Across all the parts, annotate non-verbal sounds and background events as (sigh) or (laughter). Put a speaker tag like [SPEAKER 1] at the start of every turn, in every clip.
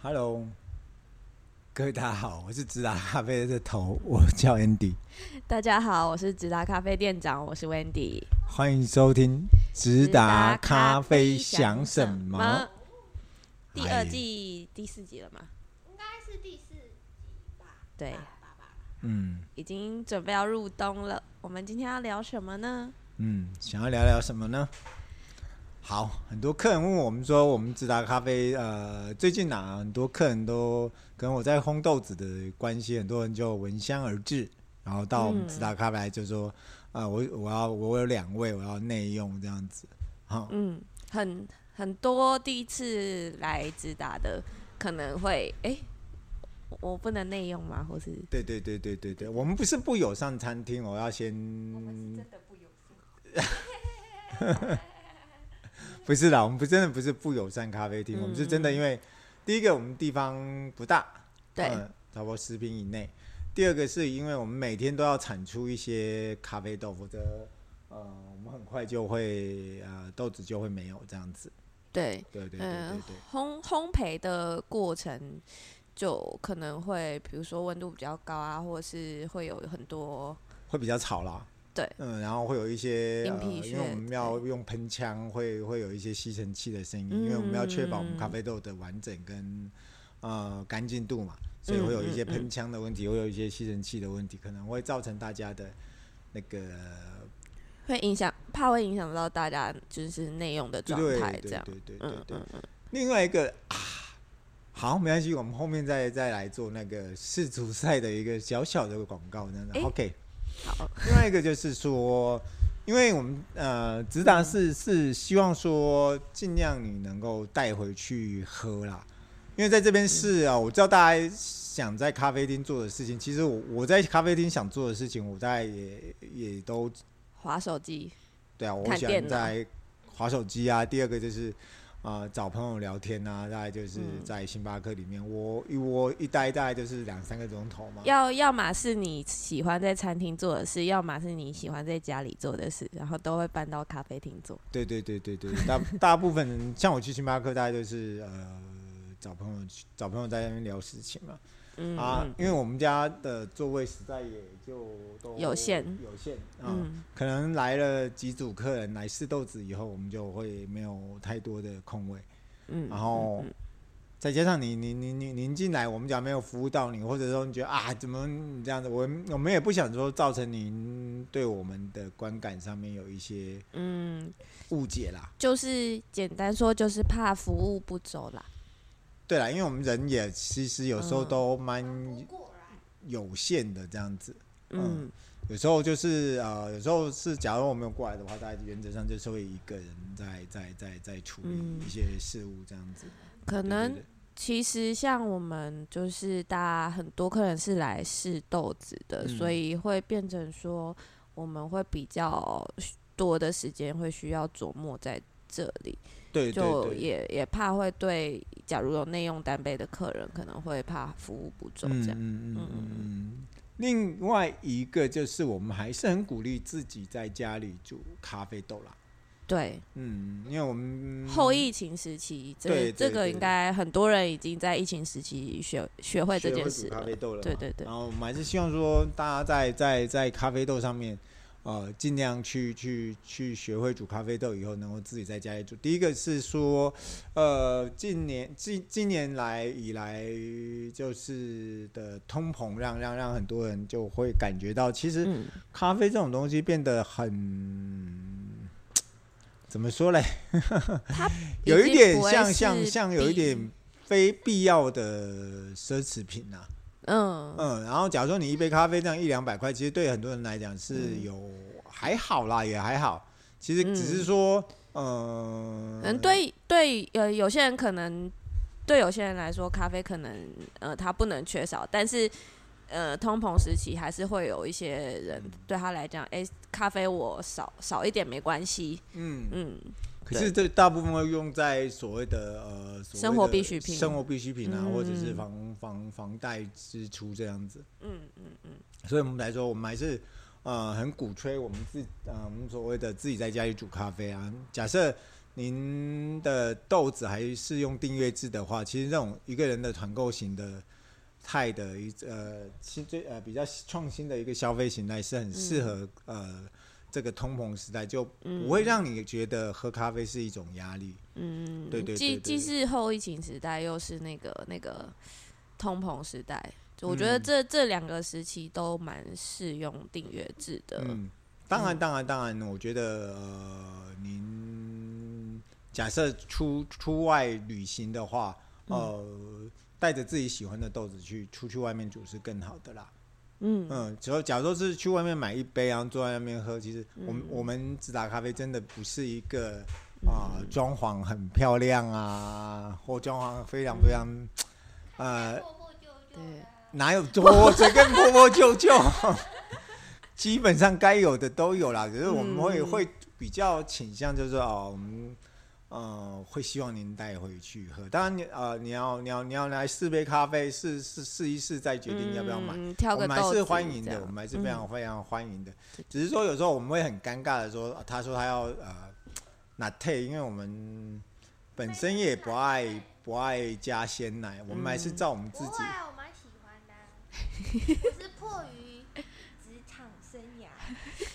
[SPEAKER 1] Hello，各位大家好，我是直达咖啡的头，我叫 Andy，
[SPEAKER 2] 大家好，我是直达咖啡店长，我是 Wendy。
[SPEAKER 1] 欢迎收听直达咖啡想什么？？
[SPEAKER 2] 第二季第四集了嘛？
[SPEAKER 3] 应该是第四集吧？
[SPEAKER 2] 对，
[SPEAKER 3] 爸爸，
[SPEAKER 1] 嗯
[SPEAKER 2] 已经准备要入冬了。我们今天要聊什么呢？
[SPEAKER 1] 嗯，想要聊聊什么呢？好，很多客人问我们说，我们直达咖啡，呃，最近啊，很多客人都可能我在烘豆子的关系，很多人就闻香而至，然后到我们直达咖啡来就说，啊、我我要我有两位，我要内用这样子，好、
[SPEAKER 2] 嗯，很很多第一次来直达的可能会，哎、我我不能内用吗？或是
[SPEAKER 1] 对对对对对对，我们不是不友善餐厅，我要先，
[SPEAKER 3] 我们是真的不友善。
[SPEAKER 1] (laughs) 不是啦，我们不真的不是不友善咖啡厅，我们是真
[SPEAKER 3] 嗯
[SPEAKER 1] 的因为第一个我们地方不大，
[SPEAKER 2] 对、
[SPEAKER 1] 嗯差不多十平以内；第二个是因为我们每天都要产出一些咖啡豆，否则呃我们很快就会呃豆子就会没有这样子。
[SPEAKER 2] 对，
[SPEAKER 1] 对对对对
[SPEAKER 2] 嗯
[SPEAKER 1] 对，，
[SPEAKER 2] 烘烘焙的过程就可能会，比如说温度比较高啊，或者是会有很多
[SPEAKER 1] 会比较吵啦。
[SPEAKER 2] 对，
[SPEAKER 1] 嗯，然后会有一些，
[SPEAKER 2] 硬
[SPEAKER 1] 呃、
[SPEAKER 2] 皮
[SPEAKER 1] 因为我
[SPEAKER 2] 屑
[SPEAKER 1] 们要用喷枪，会会有一些吸尘器的声音，
[SPEAKER 2] 嗯
[SPEAKER 1] 因为我们要确保我们
[SPEAKER 2] 嗯
[SPEAKER 1] 咖啡豆的完整跟呃干净度嘛，所以
[SPEAKER 2] 嗯
[SPEAKER 1] 会有一些
[SPEAKER 2] 嗯
[SPEAKER 1] 喷枪的问题，会有一些吸尘器的问题，可能会造成大家的那个
[SPEAKER 2] 会影响，怕会影响到大家就是内用的
[SPEAKER 1] 对
[SPEAKER 2] 状
[SPEAKER 1] 对
[SPEAKER 2] 态
[SPEAKER 1] 对
[SPEAKER 2] 这
[SPEAKER 1] 对
[SPEAKER 2] 样。
[SPEAKER 1] 对对
[SPEAKER 2] 嗯
[SPEAKER 1] 对。
[SPEAKER 2] 嗯嗯，
[SPEAKER 1] 另外一个啊，好，没关系，我们后面再再来做那个世足赛的一个小小的广告，这样子
[SPEAKER 2] 诶
[SPEAKER 1] OK。
[SPEAKER 2] 好，
[SPEAKER 1] 另外一个就是说，因为我们呃直达是是希望说尽量你能够带回去喝啦，因为在这边
[SPEAKER 2] 嗯
[SPEAKER 1] 是啊，我知道大家想在咖啡厅做的事情，其实我我在咖啡厅想做的事情，我大概也也都
[SPEAKER 2] 划手机，
[SPEAKER 1] 对啊，我
[SPEAKER 2] 看
[SPEAKER 1] 喜
[SPEAKER 2] 电
[SPEAKER 1] 欢
[SPEAKER 2] 脑
[SPEAKER 1] 在划手机啊。第二个就是呃找朋友聊天啊，大概就是
[SPEAKER 2] 嗯
[SPEAKER 1] 在星巴克里面，我一我一待大概就是两三个钟头嘛。
[SPEAKER 2] 要要么是你喜欢在餐厅做的事，要么是你喜欢在家里做的事，然后都会搬到咖啡厅做。
[SPEAKER 1] 对对对对对，大大部分人像我去星巴克，大概就是呃找朋友去找朋友在那边聊事情嘛。
[SPEAKER 2] 嗯
[SPEAKER 1] 啊
[SPEAKER 2] 嗯，
[SPEAKER 1] 因为我们家的座位实在也就都
[SPEAKER 2] 有限
[SPEAKER 1] 有限啊，
[SPEAKER 2] 嗯
[SPEAKER 1] 可能来了几组客人来试豆子以后，我们就会没有太多的空位，
[SPEAKER 2] 嗯，
[SPEAKER 1] 然后。再加上你你你你您进来，我们讲没有服务到你，或者说你觉得啊怎么你这样子，我们我们也不想说造成您对我们的观感上面有一些
[SPEAKER 2] 嗯，
[SPEAKER 1] 误解啦。
[SPEAKER 2] 就是简单说，就是怕服务不周啦。
[SPEAKER 1] 对啦，因为我们人也其实有时候
[SPEAKER 2] 嗯
[SPEAKER 1] 都蛮
[SPEAKER 3] 不过然，
[SPEAKER 1] 有限的这样子，嗯
[SPEAKER 2] 嗯，
[SPEAKER 1] 有时候就是呃，有时候是假如我没有过来的话，大家原则上就是会一个人在在在在处理
[SPEAKER 2] 嗯
[SPEAKER 1] 一些事物这样子。
[SPEAKER 2] 可
[SPEAKER 1] 对
[SPEAKER 2] 能
[SPEAKER 1] 对对
[SPEAKER 2] 其实像我们就是大家很多客人是来试豆子的，
[SPEAKER 1] 嗯
[SPEAKER 2] 所以会变成说我们会比较多的时间会需要琢磨在这里，
[SPEAKER 1] 对对
[SPEAKER 2] 就
[SPEAKER 1] 对，
[SPEAKER 2] 也也怕会对假如有内用单杯的客人可能会怕服务不周
[SPEAKER 1] 嗯嗯
[SPEAKER 2] 这样。
[SPEAKER 1] 嗯嗯
[SPEAKER 2] 嗯
[SPEAKER 1] 嗯
[SPEAKER 2] 嗯
[SPEAKER 1] 嗯。另外一个就是我们还是很鼓励自己在家里煮咖啡豆啦，
[SPEAKER 2] 对，
[SPEAKER 1] 嗯，因为我们
[SPEAKER 2] 后疫情时期，
[SPEAKER 1] 对
[SPEAKER 2] 这
[SPEAKER 1] 对
[SPEAKER 2] 这个
[SPEAKER 1] 对
[SPEAKER 2] 应该很多人已经在疫情时期学学会这
[SPEAKER 1] 学
[SPEAKER 2] 件
[SPEAKER 1] 会
[SPEAKER 2] 事
[SPEAKER 1] 煮咖
[SPEAKER 2] 了
[SPEAKER 1] 啡。啊豆了嘛，
[SPEAKER 2] 对对对
[SPEAKER 1] 然，后我们还是希望说，大家在在在咖啡豆上面，呃，尽量去去去学会煮咖啡豆，以后能够自己在家里煮。第一个是说，呃，近年近近年来以来，就是的通膨让让让很多人就会感觉到，其实
[SPEAKER 2] 嗯，
[SPEAKER 1] 咖啡这种东西变得很。怎么说嘞？
[SPEAKER 2] 它
[SPEAKER 1] 有
[SPEAKER 2] 已
[SPEAKER 1] 一
[SPEAKER 2] 经
[SPEAKER 1] 点
[SPEAKER 2] 不会
[SPEAKER 1] 像像
[SPEAKER 2] 是
[SPEAKER 1] 像有一
[SPEAKER 2] 比
[SPEAKER 1] 点非必要的奢侈品啊。
[SPEAKER 2] 嗯
[SPEAKER 1] 嗯，然后假如说你一杯咖啡这样一两百块，其实对很多人来讲是
[SPEAKER 2] 嗯
[SPEAKER 1] 有、还好啦，也还好。其实只是说，嗯、
[SPEAKER 2] 可能对对呃有些人可能对有些人来说，咖啡可能呃他不能缺少，但是呃通膨时期还是会有一些人
[SPEAKER 1] 嗯
[SPEAKER 2] 对他来讲，哎、咖啡我少少一点没关系，
[SPEAKER 1] 嗯，
[SPEAKER 2] 嗯
[SPEAKER 1] 可是这大部分会用在所谓的呃所谓的
[SPEAKER 2] 生活必需品
[SPEAKER 1] 生活必需品啊，
[SPEAKER 2] 嗯
[SPEAKER 1] 或者是房房房贷支出这样子。
[SPEAKER 2] 嗯嗯嗯，
[SPEAKER 1] 所以我们来说，我们还是呃很鼓吹我们自呃我们所谓的自己在家里煮咖啡啊。假设您的豆子还是用订阅制的话，其实这种一个人的团购型的菜的一呃新最呃比较创新的一个消费形态是很适合、
[SPEAKER 2] 嗯
[SPEAKER 1] 呃这个通膨时代，就不会让你觉得喝咖啡是一种压力。
[SPEAKER 2] 嗯，
[SPEAKER 1] 对对对
[SPEAKER 2] 既
[SPEAKER 1] 对
[SPEAKER 2] 既
[SPEAKER 1] 对
[SPEAKER 2] 是后疫情时代，又是那个那个通膨时代，就我觉
[SPEAKER 1] 嗯
[SPEAKER 2] 得这、这两个时期都蛮适用订阅制的。
[SPEAKER 1] 嗯，当然，
[SPEAKER 2] 呃嗯
[SPEAKER 1] 当然，当然，我觉得呃，您假设出出外旅行的话，呃，
[SPEAKER 2] 嗯
[SPEAKER 1] 带着自己喜欢的豆子去出去外面煮是更好的啦。
[SPEAKER 2] 嗯
[SPEAKER 1] 嗯，只要假如说是去外面买一杯，然后坐在那边喝，其实我
[SPEAKER 2] 嗯
[SPEAKER 1] 们、我们直达咖啡真的不是一个啊装、潢很漂亮啊，或装潢非常非常、呃
[SPEAKER 3] 婆婆舅舅
[SPEAKER 2] 对
[SPEAKER 3] 啦，
[SPEAKER 1] 哪有
[SPEAKER 2] (laughs)
[SPEAKER 1] 多？这跟婆婆舅舅， (laughs) 基本上该有的都有啦。可是我们会、
[SPEAKER 2] 嗯
[SPEAKER 1] 会比较倾向就是哦，我们呃会希望您带回去喝。当然你呃你要你要你要来试杯咖啡，试试试一试再决定要不要买。
[SPEAKER 2] 嗯、挑
[SPEAKER 1] 我
[SPEAKER 2] 个
[SPEAKER 1] 们还
[SPEAKER 2] 豆
[SPEAKER 1] 是
[SPEAKER 2] 子
[SPEAKER 1] 欢迎
[SPEAKER 2] 这
[SPEAKER 1] 的，
[SPEAKER 2] 样嗯
[SPEAKER 1] 我们还是非常非常欢迎的。只是说有时候我们会很尴尬的说，啊他说他要呃拿退，因为我们本身也不爱不爱加鲜奶，我们还
[SPEAKER 2] 嗯
[SPEAKER 1] 是照我们自
[SPEAKER 3] 不
[SPEAKER 1] 己
[SPEAKER 3] 会。啊，我蛮喜欢的啊。我是迫于职场生涯，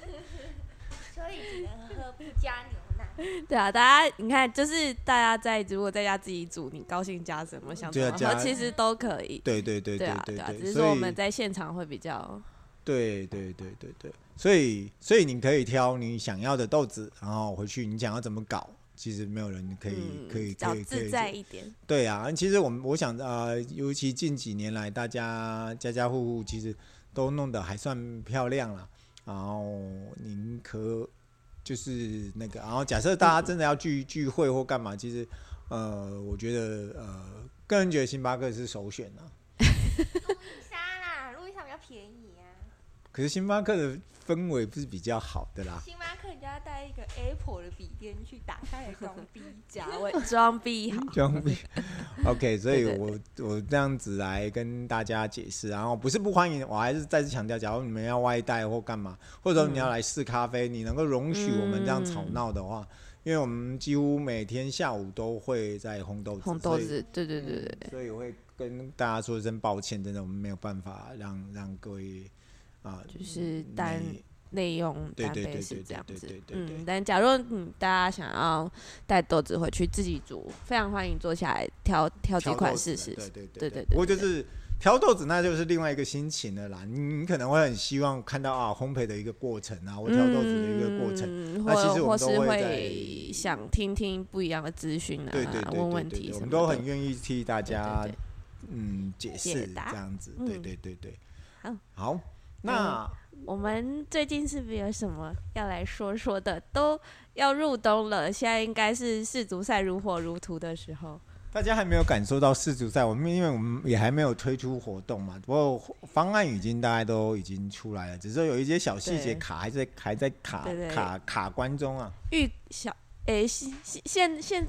[SPEAKER 3] (laughs) 所以只能喝不加牛奶。
[SPEAKER 2] 对啊，大家你看，就是大家在如果在家自己煮，你高兴加什么想
[SPEAKER 1] 对
[SPEAKER 2] 怎
[SPEAKER 1] 啊
[SPEAKER 2] 么
[SPEAKER 1] 加
[SPEAKER 2] 喝，其实都可以。
[SPEAKER 1] 对对对
[SPEAKER 2] 对啊，
[SPEAKER 1] 对
[SPEAKER 2] 啊，只
[SPEAKER 1] 对，
[SPEAKER 2] 是说
[SPEAKER 1] 所
[SPEAKER 2] 我
[SPEAKER 1] 以
[SPEAKER 2] 们在现场会比较，
[SPEAKER 1] 对对对对对，所以所以你可以挑你想要的豆子，然后回去你想要怎么搞，其实没有人可以、
[SPEAKER 2] 嗯，
[SPEAKER 1] 可以
[SPEAKER 2] 比较
[SPEAKER 1] 可以可
[SPEAKER 2] 自
[SPEAKER 1] 以
[SPEAKER 2] 在一点。
[SPEAKER 1] 对啊，其实我们我想呃，尤其近几年来，大家家家户户其实都弄得还算漂亮了。然后您可就是那个，然后假设大家真的要聚、聚会或干嘛，其实呃，我觉得呃，个人觉得星巴克是首选啊。
[SPEAKER 3] 路易莎啦，路易莎比较便宜啊。
[SPEAKER 1] 可是星巴克的氛围不是比较好的啦。
[SPEAKER 3] 星巴克你就要带一个 Apple 的笔电去，打开来装逼
[SPEAKER 2] 假
[SPEAKER 3] 夹。
[SPEAKER 2] 为装
[SPEAKER 1] (laughs)
[SPEAKER 2] 逼好，
[SPEAKER 1] 装
[SPEAKER 2] (laughs)
[SPEAKER 1] 逼。OK，所以
[SPEAKER 2] 对对
[SPEAKER 1] 我我这样子来跟大家解释，然后不是不欢迎，我还是再次强调，假如你们要外带或干嘛，或者说你
[SPEAKER 2] 嗯
[SPEAKER 1] 要来试咖啡，你能够容许我们这样吵闹的话，因为我们几乎每天下午都会在烘豆子，
[SPEAKER 2] 红豆
[SPEAKER 1] 所以嗯
[SPEAKER 2] 子，对对对对对。
[SPEAKER 1] 所以我会跟大家说一声抱歉，真的我们没有办法让让各位啊，
[SPEAKER 2] 就是单
[SPEAKER 1] 每
[SPEAKER 2] 内用
[SPEAKER 1] 对
[SPEAKER 2] 单
[SPEAKER 1] 对
[SPEAKER 2] 杯
[SPEAKER 1] 对
[SPEAKER 2] 是
[SPEAKER 1] 对
[SPEAKER 2] 这样
[SPEAKER 1] 对
[SPEAKER 2] 子
[SPEAKER 1] 对对，对
[SPEAKER 2] 嗯，但假如嗯大家想要带豆子回去自己煮，非常欢迎坐下来挑挑哦几
[SPEAKER 1] 挑
[SPEAKER 2] 款
[SPEAKER 1] 豆
[SPEAKER 2] 试
[SPEAKER 1] 子
[SPEAKER 2] 试
[SPEAKER 1] 的。对对
[SPEAKER 2] 对对
[SPEAKER 1] 不过就
[SPEAKER 2] 对
[SPEAKER 1] 是挑豆子，那就是另外一个心情了啦。你你可能会很希望看到啊，烘焙的一个过程啊，或挑豆子的一个过程。
[SPEAKER 2] 嗯
[SPEAKER 1] 那
[SPEAKER 2] 或
[SPEAKER 1] 其实我
[SPEAKER 2] 或
[SPEAKER 1] 们
[SPEAKER 2] 是
[SPEAKER 1] 都会
[SPEAKER 2] 会想听听不一样的资讯啊，
[SPEAKER 1] 对对对对
[SPEAKER 2] 问
[SPEAKER 1] 对
[SPEAKER 2] 问
[SPEAKER 1] 对
[SPEAKER 2] 题
[SPEAKER 1] 我
[SPEAKER 2] 什么
[SPEAKER 1] 们
[SPEAKER 2] 的，
[SPEAKER 1] 都很愿意替大
[SPEAKER 2] 对对
[SPEAKER 1] 家
[SPEAKER 2] 对
[SPEAKER 1] 嗯解释
[SPEAKER 2] 解
[SPEAKER 1] 这
[SPEAKER 2] 答
[SPEAKER 1] 样子。对
[SPEAKER 2] 嗯
[SPEAKER 1] 对对对
[SPEAKER 2] 好，
[SPEAKER 1] 好，那
[SPEAKER 2] 我们最近是不是有什么要来说说的？都要入冬了，现在应该是世足赛如火如荼的时候。
[SPEAKER 1] 大家还没有感受到世足赛，我们因为我们也还没有推出活动嘛，不过方案已经大概都已经出来了，只是有一些小细节
[SPEAKER 2] 对
[SPEAKER 1] 卡还在还在卡
[SPEAKER 2] 对对
[SPEAKER 1] 卡卡关中啊。
[SPEAKER 2] 预小诶，现现现现现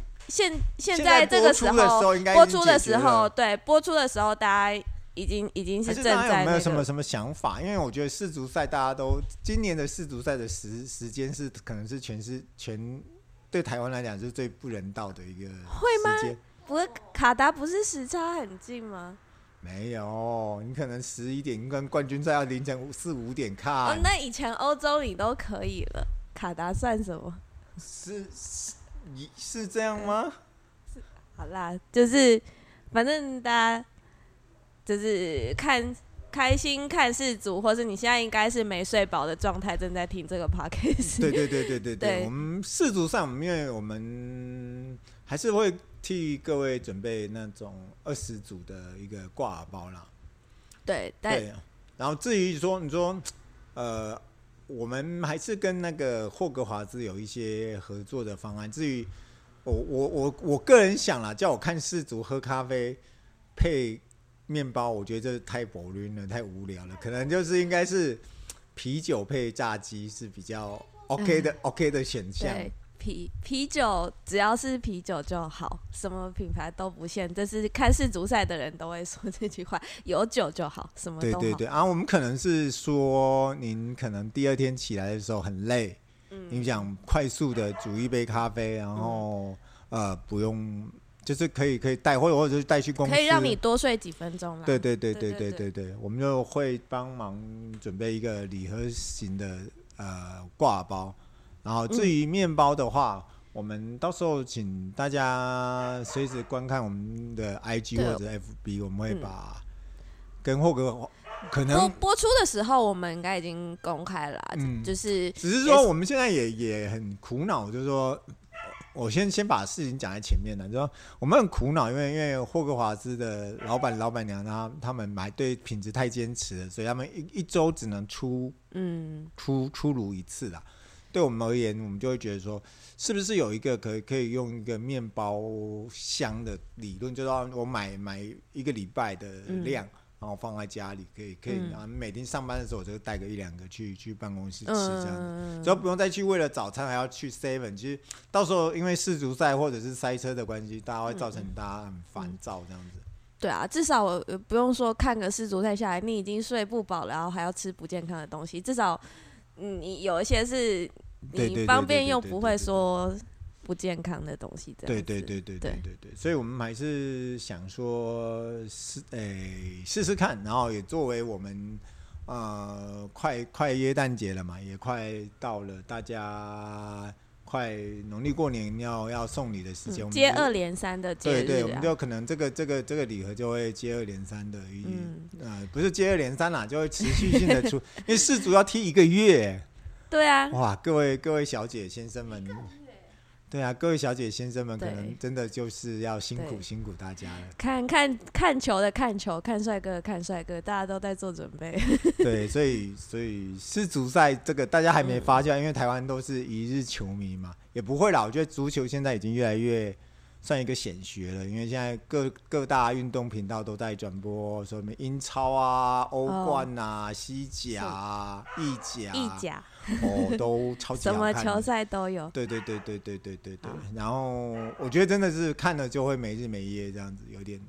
[SPEAKER 2] 现
[SPEAKER 1] 现
[SPEAKER 2] 在
[SPEAKER 1] 在
[SPEAKER 2] 这
[SPEAKER 1] 播
[SPEAKER 2] 个
[SPEAKER 1] 出
[SPEAKER 2] 时
[SPEAKER 1] 的
[SPEAKER 2] 候
[SPEAKER 1] 时候应该已
[SPEAKER 2] 播
[SPEAKER 1] 经
[SPEAKER 2] 出的
[SPEAKER 1] 解决
[SPEAKER 2] 时
[SPEAKER 1] 了
[SPEAKER 2] 候，对播出的时候，大家已经已经
[SPEAKER 1] 还
[SPEAKER 2] 是
[SPEAKER 1] 是
[SPEAKER 2] 正
[SPEAKER 1] 大家
[SPEAKER 2] 在
[SPEAKER 1] 有没
[SPEAKER 2] 那
[SPEAKER 1] 有什么
[SPEAKER 2] 个
[SPEAKER 1] 什么想法？因为我觉得世足赛大家都今年的世足赛的时时间是可能是全是全对台湾来讲是最不人道的一个时间。
[SPEAKER 2] 不是卡达不是时差很近吗？
[SPEAKER 1] 没有，你可能十一点，你跟冠军赛要凌晨五四五点
[SPEAKER 2] 哦
[SPEAKER 1] 看，，
[SPEAKER 2] 那以前欧洲你都可以了，卡达算什么？
[SPEAKER 1] 是是你是这样
[SPEAKER 2] (laughs)
[SPEAKER 1] 吗？
[SPEAKER 2] 好啦，就是反正大家就是看开心看世足，或是你现在应该是没睡饱的状态，正在听
[SPEAKER 1] (laughs)
[SPEAKER 2] 这个 podcast。
[SPEAKER 1] 对对对对对对，
[SPEAKER 2] 对
[SPEAKER 1] 我们世足赛，我们因为我们还是会替各位准备那种二十组的一个挂耳包啦。
[SPEAKER 2] 对，但
[SPEAKER 1] 对，然后至于说你说，呃，我们还是跟那个霍格华兹有一些合作的方案。至于我我我我个人想啦，叫我看世足喝咖啡配面包，我觉得这太 boring 了，太无聊了。可能就是应该是啤酒配炸鸡是比较 OK 的、OK 的选项。
[SPEAKER 2] 嗯对，啤啤酒只要是啤酒就好，什么品牌都不限。这是看世足赛的人都会说这句话，有酒就好，什么都
[SPEAKER 1] 对
[SPEAKER 2] 好。
[SPEAKER 1] 对对，啊，我们可能是说您可能第二天起来的时候很累，
[SPEAKER 2] 嗯
[SPEAKER 1] 你想快速的煮一杯咖啡，然后呃不用，就是可以可以带，或者或者是带去公司，
[SPEAKER 2] 可以让你多睡几分钟啦。啊
[SPEAKER 1] 对对对对
[SPEAKER 2] 对
[SPEAKER 1] 对
[SPEAKER 2] 对
[SPEAKER 1] 对对，我们就会帮忙准备一个礼盒型的呃挂包，然后
[SPEAKER 2] 嗯
[SPEAKER 1] 至于面包的话，我们到时候请大家随时观看我们的 IG
[SPEAKER 2] 对嗯
[SPEAKER 1] 或者 FB，我们会把跟霍格可
[SPEAKER 2] 播
[SPEAKER 1] 能
[SPEAKER 2] 播出的时候，我们应该已经公开了啊，
[SPEAKER 1] 嗯
[SPEAKER 2] 就就是
[SPEAKER 1] 只是说我们现在也也很苦恼，就是说。我先先把事情讲在前面了，就说我们很苦恼，因为因为霍格华兹的老板老板娘她他们买对品质太坚持了，所以他们一一周只能出
[SPEAKER 2] 嗯，
[SPEAKER 1] 出出炉一次啦。对我们而言，我们就会觉得说，是不是有一个可以可以用一个面包箱的理论，就是说我买买一个礼拜的量，然后放在家里，可以可以，
[SPEAKER 2] 嗯
[SPEAKER 1] 然后每天上班的时候我就带个一两个去去办公室吃这样子。
[SPEAKER 2] 嗯，
[SPEAKER 1] 只要不用再去为了早餐还要去 seven，其实到时候因为世足赛或者是塞车的关系，大家会造成大家很烦躁这样子。
[SPEAKER 2] 对啊，至少我呃不用说看个世足赛下来，你已经睡不饱了，然后还要吃不健康的东西，至少嗯你有一些是
[SPEAKER 1] 对对对
[SPEAKER 2] 你方便又
[SPEAKER 1] 对对
[SPEAKER 2] 不
[SPEAKER 1] 对
[SPEAKER 2] 会
[SPEAKER 1] 对
[SPEAKER 2] 说不健康的东西，这样
[SPEAKER 1] 对
[SPEAKER 2] 子
[SPEAKER 1] 对对对对
[SPEAKER 2] 对
[SPEAKER 1] 对对，所以我们还是想说试诶试试看，然后也作为我们呃快快耶诞节了嘛，也快到了，大家快农历过年要要送礼的时间，我
[SPEAKER 2] 嗯
[SPEAKER 1] 们
[SPEAKER 2] 接
[SPEAKER 1] 就
[SPEAKER 2] 二连三的节日、啊，
[SPEAKER 1] 对对，我们就可能这个这个这个礼盒就会接二连三的，
[SPEAKER 2] 嗯
[SPEAKER 1] 呃不是接二连三啦，就会持续性的出， (laughs) 因为氏族要踢一个月，
[SPEAKER 2] 对啊，
[SPEAKER 1] 哇，各位各位小姐先生
[SPEAKER 2] (laughs)
[SPEAKER 1] 们，对啊，各位小姐先生们，可
[SPEAKER 2] 对
[SPEAKER 1] 能真的就是要辛苦
[SPEAKER 2] 对
[SPEAKER 1] 辛苦大家了。
[SPEAKER 2] 看看看球的看球，看帅哥的看帅哥，大家都在做准备。
[SPEAKER 1] 对，所以所以世足赛这个大家还没
[SPEAKER 2] 嗯
[SPEAKER 1] 发酵，因为台湾都是一日球迷嘛，也不会啦。我觉得足球现在已经越来越算一个显学了，因为现在各各大运动频道都在转播什么英超啊、欧
[SPEAKER 2] 哦
[SPEAKER 1] 冠啊、西甲啊、意甲、
[SPEAKER 2] (laughs) 意甲
[SPEAKER 1] 哦，都超级
[SPEAKER 2] (laughs) 什
[SPEAKER 1] 好
[SPEAKER 2] 么
[SPEAKER 1] 看的。
[SPEAKER 2] 球赛都有，
[SPEAKER 1] 对对对对对对对对
[SPEAKER 2] 好。
[SPEAKER 1] 然后我觉得真的是看了就会没日没夜这样子，有点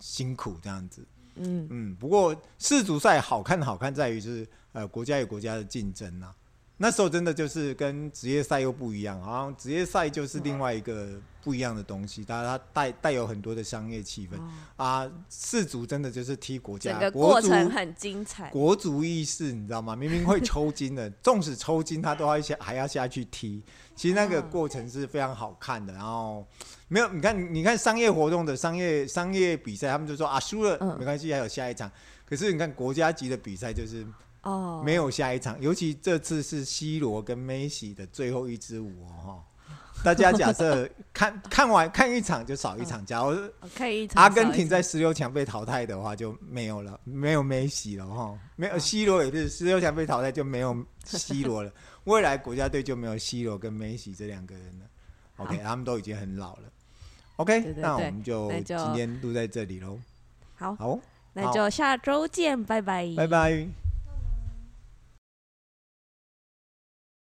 [SPEAKER 1] 辛苦这样子。
[SPEAKER 2] 嗯，
[SPEAKER 1] 嗯，不过世足赛好看好看在于是呃国家与国家的竞争呐、那时候真的就是跟职业赛又不一样，好像职业赛就是另外一个不一样的东西，它它带带有很多的商业气氛、啊。世足真的就是踢国
[SPEAKER 2] 哦整
[SPEAKER 1] 家，
[SPEAKER 2] 个
[SPEAKER 1] 国
[SPEAKER 2] 过
[SPEAKER 1] 足
[SPEAKER 2] 程很精彩。
[SPEAKER 1] 国足意识，你知道吗？明 (laughs) 明会抽筋的，纵使抽筋，他都要下还要下去踢。其实那个过程是非常好看的。
[SPEAKER 2] 嗯
[SPEAKER 1] 然后没有，你看，你看商业活动的商业商业比赛，他们就说啊输了、
[SPEAKER 2] 嗯
[SPEAKER 1] 没关系，还有下一场。可是你看国家级的比赛就是
[SPEAKER 2] 哦，
[SPEAKER 1] 没有下一场，尤其这次是 C 罗跟梅西的最后一支舞哦。哈大家假设看看完看一场就少一
[SPEAKER 2] 嗯
[SPEAKER 1] 场，假如
[SPEAKER 2] 我看一场
[SPEAKER 1] 阿根廷
[SPEAKER 2] 少一
[SPEAKER 1] 在十六强被淘汰的话就没有了，没有梅西了哈，没有
[SPEAKER 2] 啊
[SPEAKER 1] C 罗也是十六强被淘汰就没有 C 罗
[SPEAKER 2] (laughs)
[SPEAKER 1] 了，未来国家队就没有 C 罗跟梅西这两个人了。OK，他们都已经很老了。OK，
[SPEAKER 2] 对对
[SPEAKER 1] 那我
[SPEAKER 2] 对
[SPEAKER 1] 们就
[SPEAKER 2] 那就
[SPEAKER 1] 今天录在这里喽。
[SPEAKER 2] 场好，
[SPEAKER 1] 好，
[SPEAKER 2] 那就下周见，拜拜，
[SPEAKER 1] 拜。拜。